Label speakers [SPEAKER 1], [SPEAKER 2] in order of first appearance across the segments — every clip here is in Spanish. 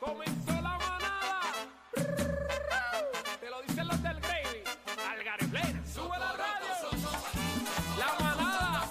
[SPEAKER 1] Comenzó la manada. Te lo dicen los del Gravy. Algarve Plena. Sube la radio. La manada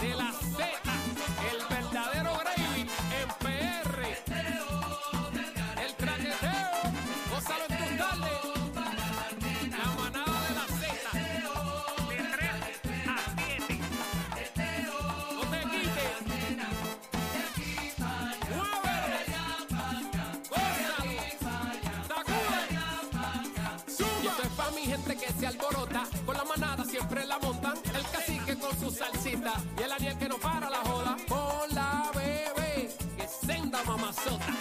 [SPEAKER 1] de la Z. El verdadero Gravy en PR. El traqueteo. Gózalo en tus tardes. La manada de la Z. De 3 a 7. No te quites. Muévelo. Y esto es pa' mi gente que se alborota, con la manada siempre la montan, el cacique con su salsita y el Ariel que no para la joda, con la bebé que senda mamazota.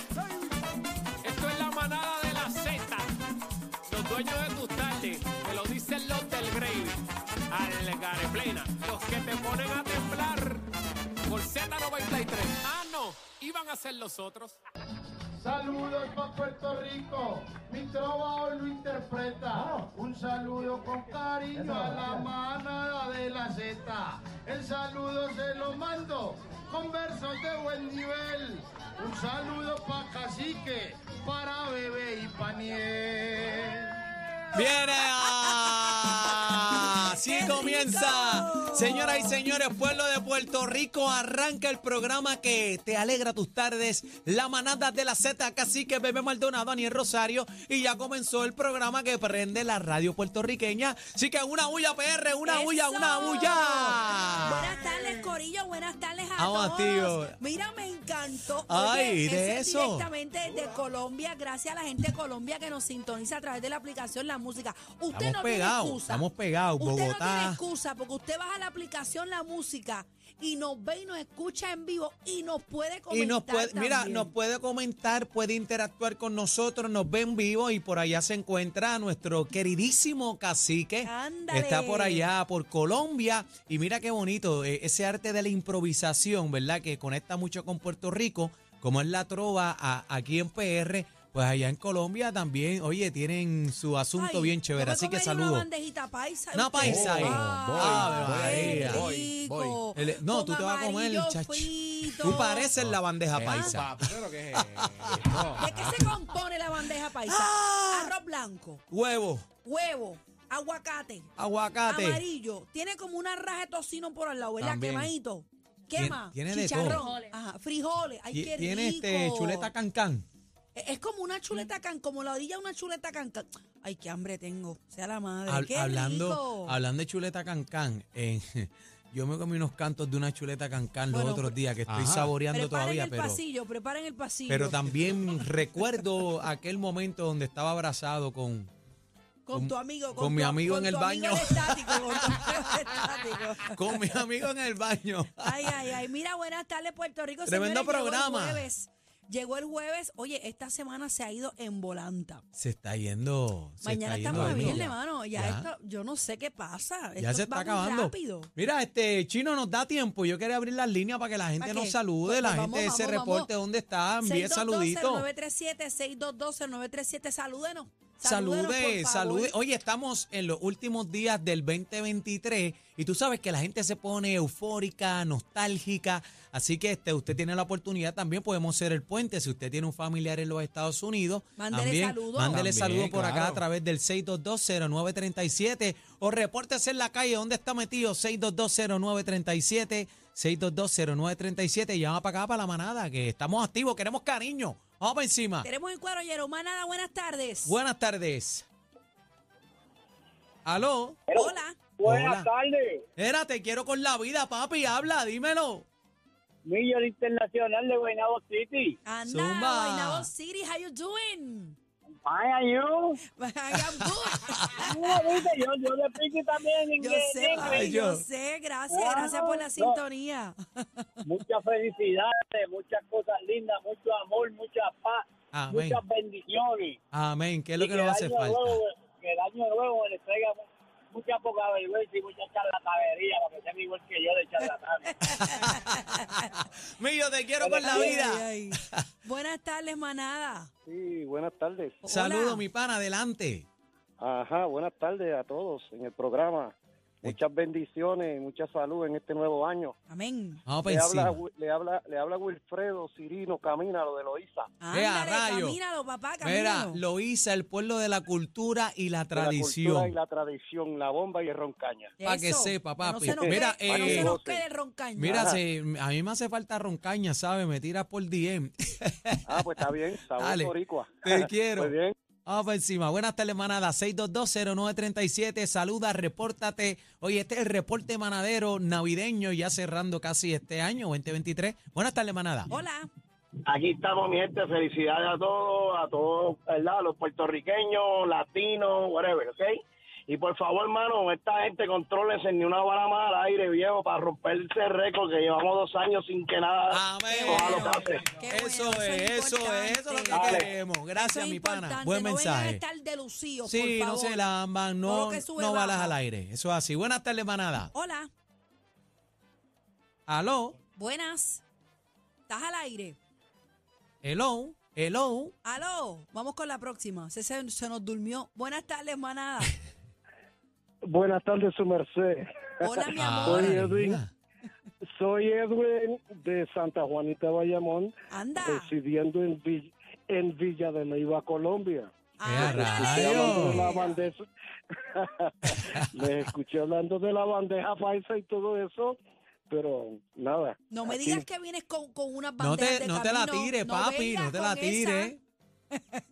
[SPEAKER 1] Esto es la manada de la Z, los dueños de tus tardes, te lo dicen los del Gravy, al plena, los que te ponen a temblar, por Z93. Ah, no, iban a ser los otros.
[SPEAKER 2] Saludos para Puerto Rico, mi trova hoy lo interpreta. Un saludo con cariño a la manada de la Z. El saludo se lo mando con versos de buen nivel. Un saludo para Cacique, para Bebé y para Niel.
[SPEAKER 3] ¡Viene! a- Así comienza. Señoras y señores, pueblo de Puerto Rico, arranca el programa que te alegra tus tardes. La manada de la Z, cacique Bebé Maldonado, Daniel Rosario. Y ya comenzó el programa que prende la radio puertorriqueña. Así que una huya, PR, una huya,
[SPEAKER 4] ¡Eso!
[SPEAKER 3] una huya.
[SPEAKER 4] Buenas tardes, Corillo. Buenas tardes a
[SPEAKER 3] Vamos,
[SPEAKER 4] todos.
[SPEAKER 3] tío.
[SPEAKER 4] Mira, me encantó.
[SPEAKER 3] Ay,
[SPEAKER 4] Oye,
[SPEAKER 3] de
[SPEAKER 4] ese es
[SPEAKER 3] eso.
[SPEAKER 4] Directamente desde Colombia. Gracias a la gente de Colombia que nos sintoniza a través de la aplicación La Música. Usted
[SPEAKER 3] Estamos
[SPEAKER 4] no
[SPEAKER 3] pegados,
[SPEAKER 4] tiene excusa.
[SPEAKER 3] estamos pegados,
[SPEAKER 4] Usted no
[SPEAKER 3] Bogotá.
[SPEAKER 4] tiene excusa porque usted baja la aplicación La Música y nos ve y nos escucha en vivo y nos puede comentar.
[SPEAKER 3] Y nos puede, mira,
[SPEAKER 4] también.
[SPEAKER 3] nos puede comentar, puede interactuar con nosotros, nos ve en vivo y por allá se encuentra nuestro queridísimo cacique.
[SPEAKER 4] Ándale.
[SPEAKER 3] Está por allá, por Colombia. Y mira qué bonito, eh, ese arte de la improvisación, ¿verdad? Que conecta mucho con Puerto Rico, como es la trova a- aquí en PR. Pues allá en Colombia también, oye, tienen su asunto
[SPEAKER 4] Ay,
[SPEAKER 3] bien
[SPEAKER 4] yo
[SPEAKER 3] chévere.
[SPEAKER 4] me
[SPEAKER 3] Así que
[SPEAKER 4] comería Una
[SPEAKER 3] saludos.
[SPEAKER 4] bandejita paisa.
[SPEAKER 3] Una
[SPEAKER 4] ustedes.
[SPEAKER 3] paisa ahí.
[SPEAKER 4] Ay,
[SPEAKER 3] Voy,
[SPEAKER 4] qué
[SPEAKER 3] voy,
[SPEAKER 4] rico.
[SPEAKER 3] voy. El- no,
[SPEAKER 4] Con
[SPEAKER 3] tú te vas a comer,
[SPEAKER 4] amarillo
[SPEAKER 3] chacho.
[SPEAKER 4] frito.
[SPEAKER 3] Tú pareces la bandeja paisa.
[SPEAKER 4] ¿De qué se compone la bandeja
[SPEAKER 3] Ah.
[SPEAKER 4] paisa? Arroz blanco,
[SPEAKER 3] Huevo,
[SPEAKER 4] huevo, aguacate,
[SPEAKER 3] aguacate.
[SPEAKER 4] amarillo. Tiene como una raja de tocino por al lado, ¿verdad?
[SPEAKER 3] También.
[SPEAKER 4] Quemadito.
[SPEAKER 3] Tien-
[SPEAKER 4] Quema.
[SPEAKER 3] tiene de
[SPEAKER 4] Chicharrón.
[SPEAKER 3] todo.
[SPEAKER 4] Ajá, frijoles. Ay, qué
[SPEAKER 3] Ti- Tiene
[SPEAKER 4] rico.
[SPEAKER 3] este chuleta cancán.
[SPEAKER 4] Es es como una chuleta can, como la orilla de una chuleta can. can. Ay, qué hambre tengo. Sea la madre.
[SPEAKER 3] Hab-
[SPEAKER 4] qué
[SPEAKER 3] hablando,
[SPEAKER 4] rico.
[SPEAKER 3] hablando de chuleta cancán, eh, yo me comí unos cantos de una chuleta cancán los
[SPEAKER 4] Bueno, pues,
[SPEAKER 3] otros días que estoy saboreando
[SPEAKER 4] preparen
[SPEAKER 3] todavía,
[SPEAKER 4] el
[SPEAKER 3] pero,
[SPEAKER 4] pasillo, preparen el pasillo.
[SPEAKER 3] pero también recuerdo aquel momento donde estaba abrazado con...
[SPEAKER 4] con,
[SPEAKER 3] con-
[SPEAKER 4] tu amigo.
[SPEAKER 3] con mi
[SPEAKER 4] tu-
[SPEAKER 3] amigo
[SPEAKER 4] con
[SPEAKER 3] en
[SPEAKER 4] tu
[SPEAKER 3] el
[SPEAKER 4] amigo
[SPEAKER 3] baño.
[SPEAKER 4] estático, con tu amigo estático.
[SPEAKER 3] Con mi amigo en el baño.
[SPEAKER 4] Ay, ay, ay. Mira, buenas tardes, Puerto Rico.
[SPEAKER 3] Tremendo
[SPEAKER 4] Señores,
[SPEAKER 3] programa.
[SPEAKER 4] Llegó el jueves. Llegó el jueves. Oye, esta semana se ha ido en volanta.
[SPEAKER 3] Se está yendo. se
[SPEAKER 4] Mañana
[SPEAKER 3] está
[SPEAKER 4] estamos a
[SPEAKER 3] yendo
[SPEAKER 4] viernes,
[SPEAKER 3] algo.
[SPEAKER 4] mano. Ya,
[SPEAKER 3] Ya.
[SPEAKER 4] esto, yo no sé qué pasa.
[SPEAKER 3] Ya
[SPEAKER 4] Esto
[SPEAKER 3] se está
[SPEAKER 4] va muy
[SPEAKER 3] acabando.
[SPEAKER 4] rápido.
[SPEAKER 3] Mira, este chino nos da tiempo. Yo quería abrir las líneas para que la gente
[SPEAKER 4] ¿Para
[SPEAKER 3] nos
[SPEAKER 4] qué?
[SPEAKER 3] salude,
[SPEAKER 4] Pues,
[SPEAKER 3] la
[SPEAKER 4] pues,
[SPEAKER 3] gente
[SPEAKER 4] vamos,
[SPEAKER 3] se
[SPEAKER 4] vamos,
[SPEAKER 3] reporte
[SPEAKER 4] vamos.
[SPEAKER 3] dónde está, envíe saluditos.
[SPEAKER 4] 937 622-0937, salúdenos. Salúdenos,
[SPEAKER 3] Salude,
[SPEAKER 4] por favor.
[SPEAKER 3] salude. Oye, estamos en los últimos días del 2023 y tú sabes que la gente se pone eufórica, nostálgica, así que este, usted tiene la oportunidad también, podemos ser el puente, si usted tiene un familiar en los Estados Unidos,
[SPEAKER 4] Mándele
[SPEAKER 3] también,
[SPEAKER 4] saludos.
[SPEAKER 3] mándele
[SPEAKER 4] También,
[SPEAKER 3] saludos por acá
[SPEAKER 5] claro.
[SPEAKER 3] a través del 6220937 o repórtese en la calle donde está metido 6220937, 6220937, llama para acá para la manada, que estamos activos, queremos cariño, vamos para encima.
[SPEAKER 4] Tenemos el cuadro, Yero. Manada, buenas tardes.
[SPEAKER 3] Buenas tardes. Aló.
[SPEAKER 4] Hola.
[SPEAKER 3] Hola.
[SPEAKER 6] Buenas tardes,
[SPEAKER 3] Era, te quiero con la vida, papi. Habla, dímelo.
[SPEAKER 6] Millor Internacional de Guaynabo City.
[SPEAKER 4] Anda,
[SPEAKER 3] Zumba.
[SPEAKER 4] Guaynabo City, how you doing?
[SPEAKER 6] Hi, are you?
[SPEAKER 4] I am good.
[SPEAKER 6] Ah, viste, yo, yo le pico también en
[SPEAKER 4] Yo
[SPEAKER 6] inglés.
[SPEAKER 4] sé,
[SPEAKER 6] en
[SPEAKER 4] papi,
[SPEAKER 3] Ay,
[SPEAKER 6] inglés.
[SPEAKER 4] yo
[SPEAKER 3] yo.
[SPEAKER 4] sé, gracias,
[SPEAKER 6] Wow.
[SPEAKER 4] gracias por la
[SPEAKER 6] No.
[SPEAKER 4] sintonía.
[SPEAKER 6] Muchas felicidades, muchas cosas lindas, mucho amor, mucha paz,
[SPEAKER 3] Amén.
[SPEAKER 6] muchas bendiciones.
[SPEAKER 3] Amén. ¿Qué Ah, es lo
[SPEAKER 6] Y
[SPEAKER 3] que nos
[SPEAKER 6] el
[SPEAKER 3] hace
[SPEAKER 6] año
[SPEAKER 3] falta?
[SPEAKER 6] nuevo, que el año nuevo les traiga mu- mucha poca vergüenza y mucha charlatanería, para que sean igual que yo de charlatanes.
[SPEAKER 3] Millo, te quiero con la
[SPEAKER 4] Ay,
[SPEAKER 3] vida.
[SPEAKER 4] ay, ay. Buenas tardes, manada.
[SPEAKER 5] Sí, buenas tardes.
[SPEAKER 4] Hola.
[SPEAKER 3] Saludos, mi pana, adelante.
[SPEAKER 5] Ajá, buenas tardes a todos en el programa. Muchas bendiciones y mucha salud en este nuevo año.
[SPEAKER 4] Amén.
[SPEAKER 3] Vamos para
[SPEAKER 5] Le habla,
[SPEAKER 3] encima.
[SPEAKER 5] Wi- le, habla, le habla Wilfredo Cirino Camina, lo de Loíza.
[SPEAKER 3] Vea,
[SPEAKER 4] Ándale,
[SPEAKER 3] rayo.
[SPEAKER 4] camínalo, papá,
[SPEAKER 3] Mira,
[SPEAKER 4] camínalo.
[SPEAKER 3] Loíza, el pueblo de la cultura y la
[SPEAKER 5] De la cultura
[SPEAKER 3] tradición.
[SPEAKER 5] y la tradición, la bomba y el roncaña.
[SPEAKER 3] pa' que
[SPEAKER 4] Eso,
[SPEAKER 3] sepa,
[SPEAKER 4] que no
[SPEAKER 3] papi.
[SPEAKER 4] se nos
[SPEAKER 3] Mira,
[SPEAKER 4] quede- que no se
[SPEAKER 3] eh,
[SPEAKER 4] nos quede el roncaño.
[SPEAKER 3] Mira,
[SPEAKER 5] Ajá.
[SPEAKER 3] se- a mí me hace falta roncaña, ¿sabes? Me tiras por DM.
[SPEAKER 5] Ah, pues está bien, sabor
[SPEAKER 3] Dale,
[SPEAKER 5] boricua.
[SPEAKER 3] te quiero.
[SPEAKER 5] Muy bien.
[SPEAKER 3] Vamos por Ah, pues, encima. Buenas tardes, manada. 6220937. Saluda, repórtate. Oye, este es el reporte manadero navideño, ya cerrando casi este año, 2023. Buenas tardes, manada.
[SPEAKER 4] Hola.
[SPEAKER 6] Aquí estamos, mi gente. Felicidades a todos, a todos, ¿verdad? A los puertorriqueños, latinos, whatever, ¿ok? Y por favor, hermano, esta gente contrólense ni una bala más al aire, viejo, para romperse el récord que llevamos dos años sin que nada.
[SPEAKER 3] Amén.
[SPEAKER 6] Ojalá lo pase.
[SPEAKER 4] Qué
[SPEAKER 3] Eso
[SPEAKER 4] bueno,
[SPEAKER 3] es, eso es,
[SPEAKER 4] importante.
[SPEAKER 3] eso es lo que
[SPEAKER 6] Dale.
[SPEAKER 3] queremos. Gracias,
[SPEAKER 4] Eso es
[SPEAKER 3] mi pana.
[SPEAKER 4] importante,
[SPEAKER 3] Buen
[SPEAKER 4] no vengan a
[SPEAKER 3] mensaje.
[SPEAKER 4] estar delucidos,
[SPEAKER 3] Sí,
[SPEAKER 4] por
[SPEAKER 3] no
[SPEAKER 4] favor.
[SPEAKER 3] se lamban,
[SPEAKER 4] Todo
[SPEAKER 3] no,
[SPEAKER 4] lo que sube
[SPEAKER 3] no
[SPEAKER 4] baja.
[SPEAKER 3] balas al aire. Eso es así. Buenas tardes, manada.
[SPEAKER 4] Hola,
[SPEAKER 3] Aló,
[SPEAKER 4] buenas. ¿Estás al aire?
[SPEAKER 3] hello, hello.
[SPEAKER 4] Aló, vamos con la próxima. Se, se, se nos durmió. Buenas tardes, manada.
[SPEAKER 5] Buenas tardes, su merced.
[SPEAKER 4] Hola, mi amor.
[SPEAKER 5] Oye,
[SPEAKER 3] Ay,
[SPEAKER 5] Edwin.
[SPEAKER 3] mira.
[SPEAKER 5] Soy Edwin de Santa Juanita Bayamón,
[SPEAKER 4] Anda,
[SPEAKER 5] residiendo en, Vill- en Villa de Leiva, Colombia.
[SPEAKER 3] Ay,
[SPEAKER 5] Escuché hablando de la
[SPEAKER 3] Dios.
[SPEAKER 5] bandeja. Les escuché hablando de la bandeja paisa y todo eso, pero nada.
[SPEAKER 4] no me
[SPEAKER 5] aquí-
[SPEAKER 4] digas que vienes con, con unas
[SPEAKER 3] No
[SPEAKER 4] bandejas
[SPEAKER 3] te,
[SPEAKER 4] de
[SPEAKER 3] no te la
[SPEAKER 4] camino.
[SPEAKER 3] tires,
[SPEAKER 4] No
[SPEAKER 3] papi,
[SPEAKER 4] vengas
[SPEAKER 3] no te la
[SPEAKER 4] con esa.
[SPEAKER 3] tires.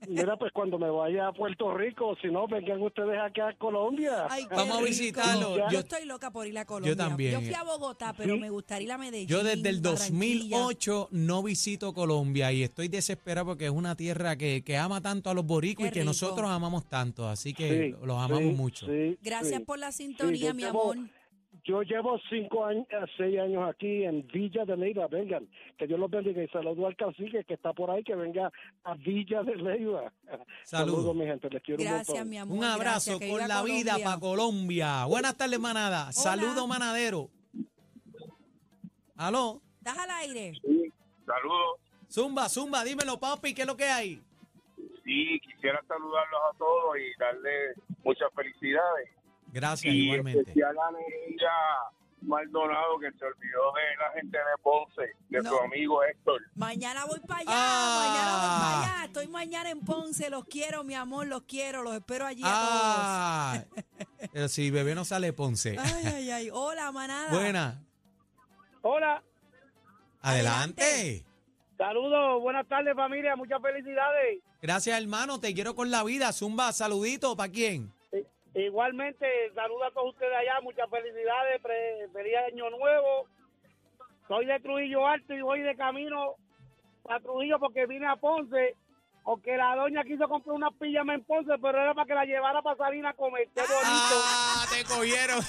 [SPEAKER 5] Mira, pues cuando me vaya a Puerto Rico, si no, vengan ustedes acá a Colombia.
[SPEAKER 4] Ay, qué
[SPEAKER 3] Vamos a
[SPEAKER 4] rico.
[SPEAKER 3] visitarlo.
[SPEAKER 4] Yo,
[SPEAKER 3] Yo-
[SPEAKER 4] estoy loca por ir a Colombia.
[SPEAKER 3] también.
[SPEAKER 4] Yo fui a Bogotá, pero
[SPEAKER 5] Sí.
[SPEAKER 4] me gustaría ir a Medellín.
[SPEAKER 3] Yo desde el
[SPEAKER 4] Barranquilla.
[SPEAKER 3] 2008 no visito Colombia y estoy desesperado porque es una tierra que, que ama tanto a los boricuas y
[SPEAKER 4] Qué
[SPEAKER 3] que
[SPEAKER 4] rico.
[SPEAKER 3] nosotros amamos tanto, así que
[SPEAKER 5] Sí,
[SPEAKER 3] los amamos
[SPEAKER 5] sí,
[SPEAKER 3] mucho.
[SPEAKER 5] sí,
[SPEAKER 4] Gracias
[SPEAKER 5] sí.
[SPEAKER 4] por la sintonía,
[SPEAKER 5] yo
[SPEAKER 4] mi
[SPEAKER 5] llevo-
[SPEAKER 4] amor.
[SPEAKER 5] Yo llevo cinco años, seis años aquí en Villa de Leiva. Vengan, que Dios los bendiga y saludo al cacique que está por ahí, que venga a Villa de Leiva.
[SPEAKER 3] Saludos.
[SPEAKER 5] mi gente, les quiero un
[SPEAKER 4] Gracias,
[SPEAKER 5] montón.
[SPEAKER 4] mi amor.
[SPEAKER 3] Un abrazo
[SPEAKER 4] gracias, que
[SPEAKER 3] con
[SPEAKER 4] viva
[SPEAKER 3] la vida
[SPEAKER 4] Colombia.
[SPEAKER 3] para Colombia. Buenas tardes, manada. Saludo, manadero. Aló.
[SPEAKER 4] Estás al aire.
[SPEAKER 7] Saludos.
[SPEAKER 3] Zumba, zumba, dímelo, papi, ¿qué es lo que hay?
[SPEAKER 7] Sí, quisiera saludarlos a todos y darle muchas felicidades.
[SPEAKER 3] Gracias,
[SPEAKER 7] y
[SPEAKER 3] igualmente.
[SPEAKER 7] especial a Nereida Maldonado, que se olvidó de la gente de Ponce, de
[SPEAKER 4] No.
[SPEAKER 7] su amigo Héctor.
[SPEAKER 4] Mañana voy para allá,
[SPEAKER 3] Ah.
[SPEAKER 4] mañana voy para allá. Estoy mañana en Ponce, los quiero, mi amor, los quiero, los espero allí a
[SPEAKER 3] Ah, pero si bebé no sale Ponce.
[SPEAKER 4] todos. Ay, ay, ay. Hola, manada.
[SPEAKER 3] Buena.
[SPEAKER 6] Hola,
[SPEAKER 3] Adelante.
[SPEAKER 4] Adelante.
[SPEAKER 6] saludos, buenas tardes, familia, muchas felicidades.
[SPEAKER 3] Gracias, hermano. Te quiero con la vida. Zumba, saludito. ¿Para quién?
[SPEAKER 6] Igualmente, saludos a todos ustedes allá, muchas felicidades, pre- feliz año nuevo. Soy de Trujillo Alto y voy de camino a Trujillo porque vine a Ponce, porque la doña quiso comprar unas pijamas en Ponce, pero era para que la llevara para Salina a comer. Qué bonito.
[SPEAKER 3] Ah, te cogieron.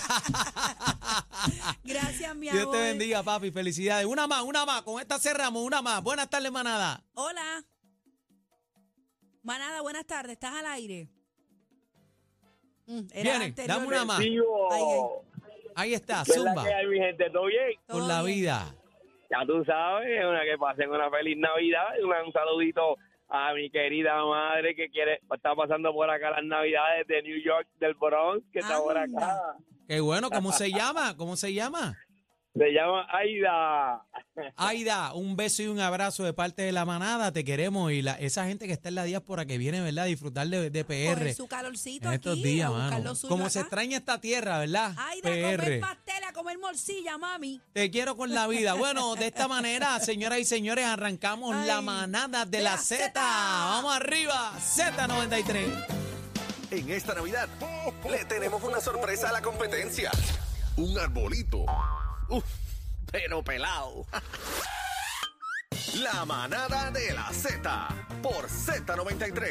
[SPEAKER 4] Gracias, mi amor.
[SPEAKER 3] Dios te bendiga, papi. Felicidades. Una más, una más. Con esta cerramos, una más. Buenas tardes, manada.
[SPEAKER 4] Hola. Manada, buenas tardes. ¿Estás al aire? Mm, era
[SPEAKER 3] Viene,
[SPEAKER 4] anterior.
[SPEAKER 3] dame una más.
[SPEAKER 6] Vivo.
[SPEAKER 4] Ah. Ay, ay.
[SPEAKER 3] Ahí está,
[SPEAKER 6] ¿Qué es la
[SPEAKER 3] zumba.
[SPEAKER 6] que hay, mi gente? ¿Todo bien?
[SPEAKER 4] Todo
[SPEAKER 3] Con la
[SPEAKER 4] bien.
[SPEAKER 3] vida.
[SPEAKER 6] Ya tú sabes, una que pasen una feliz Navidad. Una- un saludito a mi querida madre que quiere está pasando por acá las Navidades de New York, del Bronx, que está por
[SPEAKER 4] Anda.
[SPEAKER 6] acá.
[SPEAKER 3] Qué bueno. ¿Cómo se llama? ¿Cómo se llama?
[SPEAKER 6] Se llama Aida.
[SPEAKER 3] Aida, un beso y un abrazo de parte de la manada. Te queremos. Y la, esa gente que está en la diáspora que viene, ¿verdad? A disfrutar de, de
[SPEAKER 4] Coger
[SPEAKER 3] PR.
[SPEAKER 4] su calorcito
[SPEAKER 3] En estos
[SPEAKER 4] aquí,
[SPEAKER 3] días,
[SPEAKER 4] a buscar
[SPEAKER 3] mano.
[SPEAKER 4] lo suyo
[SPEAKER 3] Como se
[SPEAKER 4] acá.
[SPEAKER 3] extraña esta tierra, ¿verdad?
[SPEAKER 4] Ay, de a comer
[SPEAKER 3] PR.
[SPEAKER 4] pastel, a comer morcilla, mami.
[SPEAKER 3] Te quiero con la vida. Bueno, de esta manera, señoras y señores, arrancamos
[SPEAKER 4] Ay.
[SPEAKER 3] la manada de la
[SPEAKER 4] La
[SPEAKER 3] Z.
[SPEAKER 4] Zeta.
[SPEAKER 3] Vamos arriba, Z93.
[SPEAKER 8] En esta Navidad le tenemos una sorpresa a la competencia. Un arbolito. Uf, pero pelado. La manada de la Z por Z93.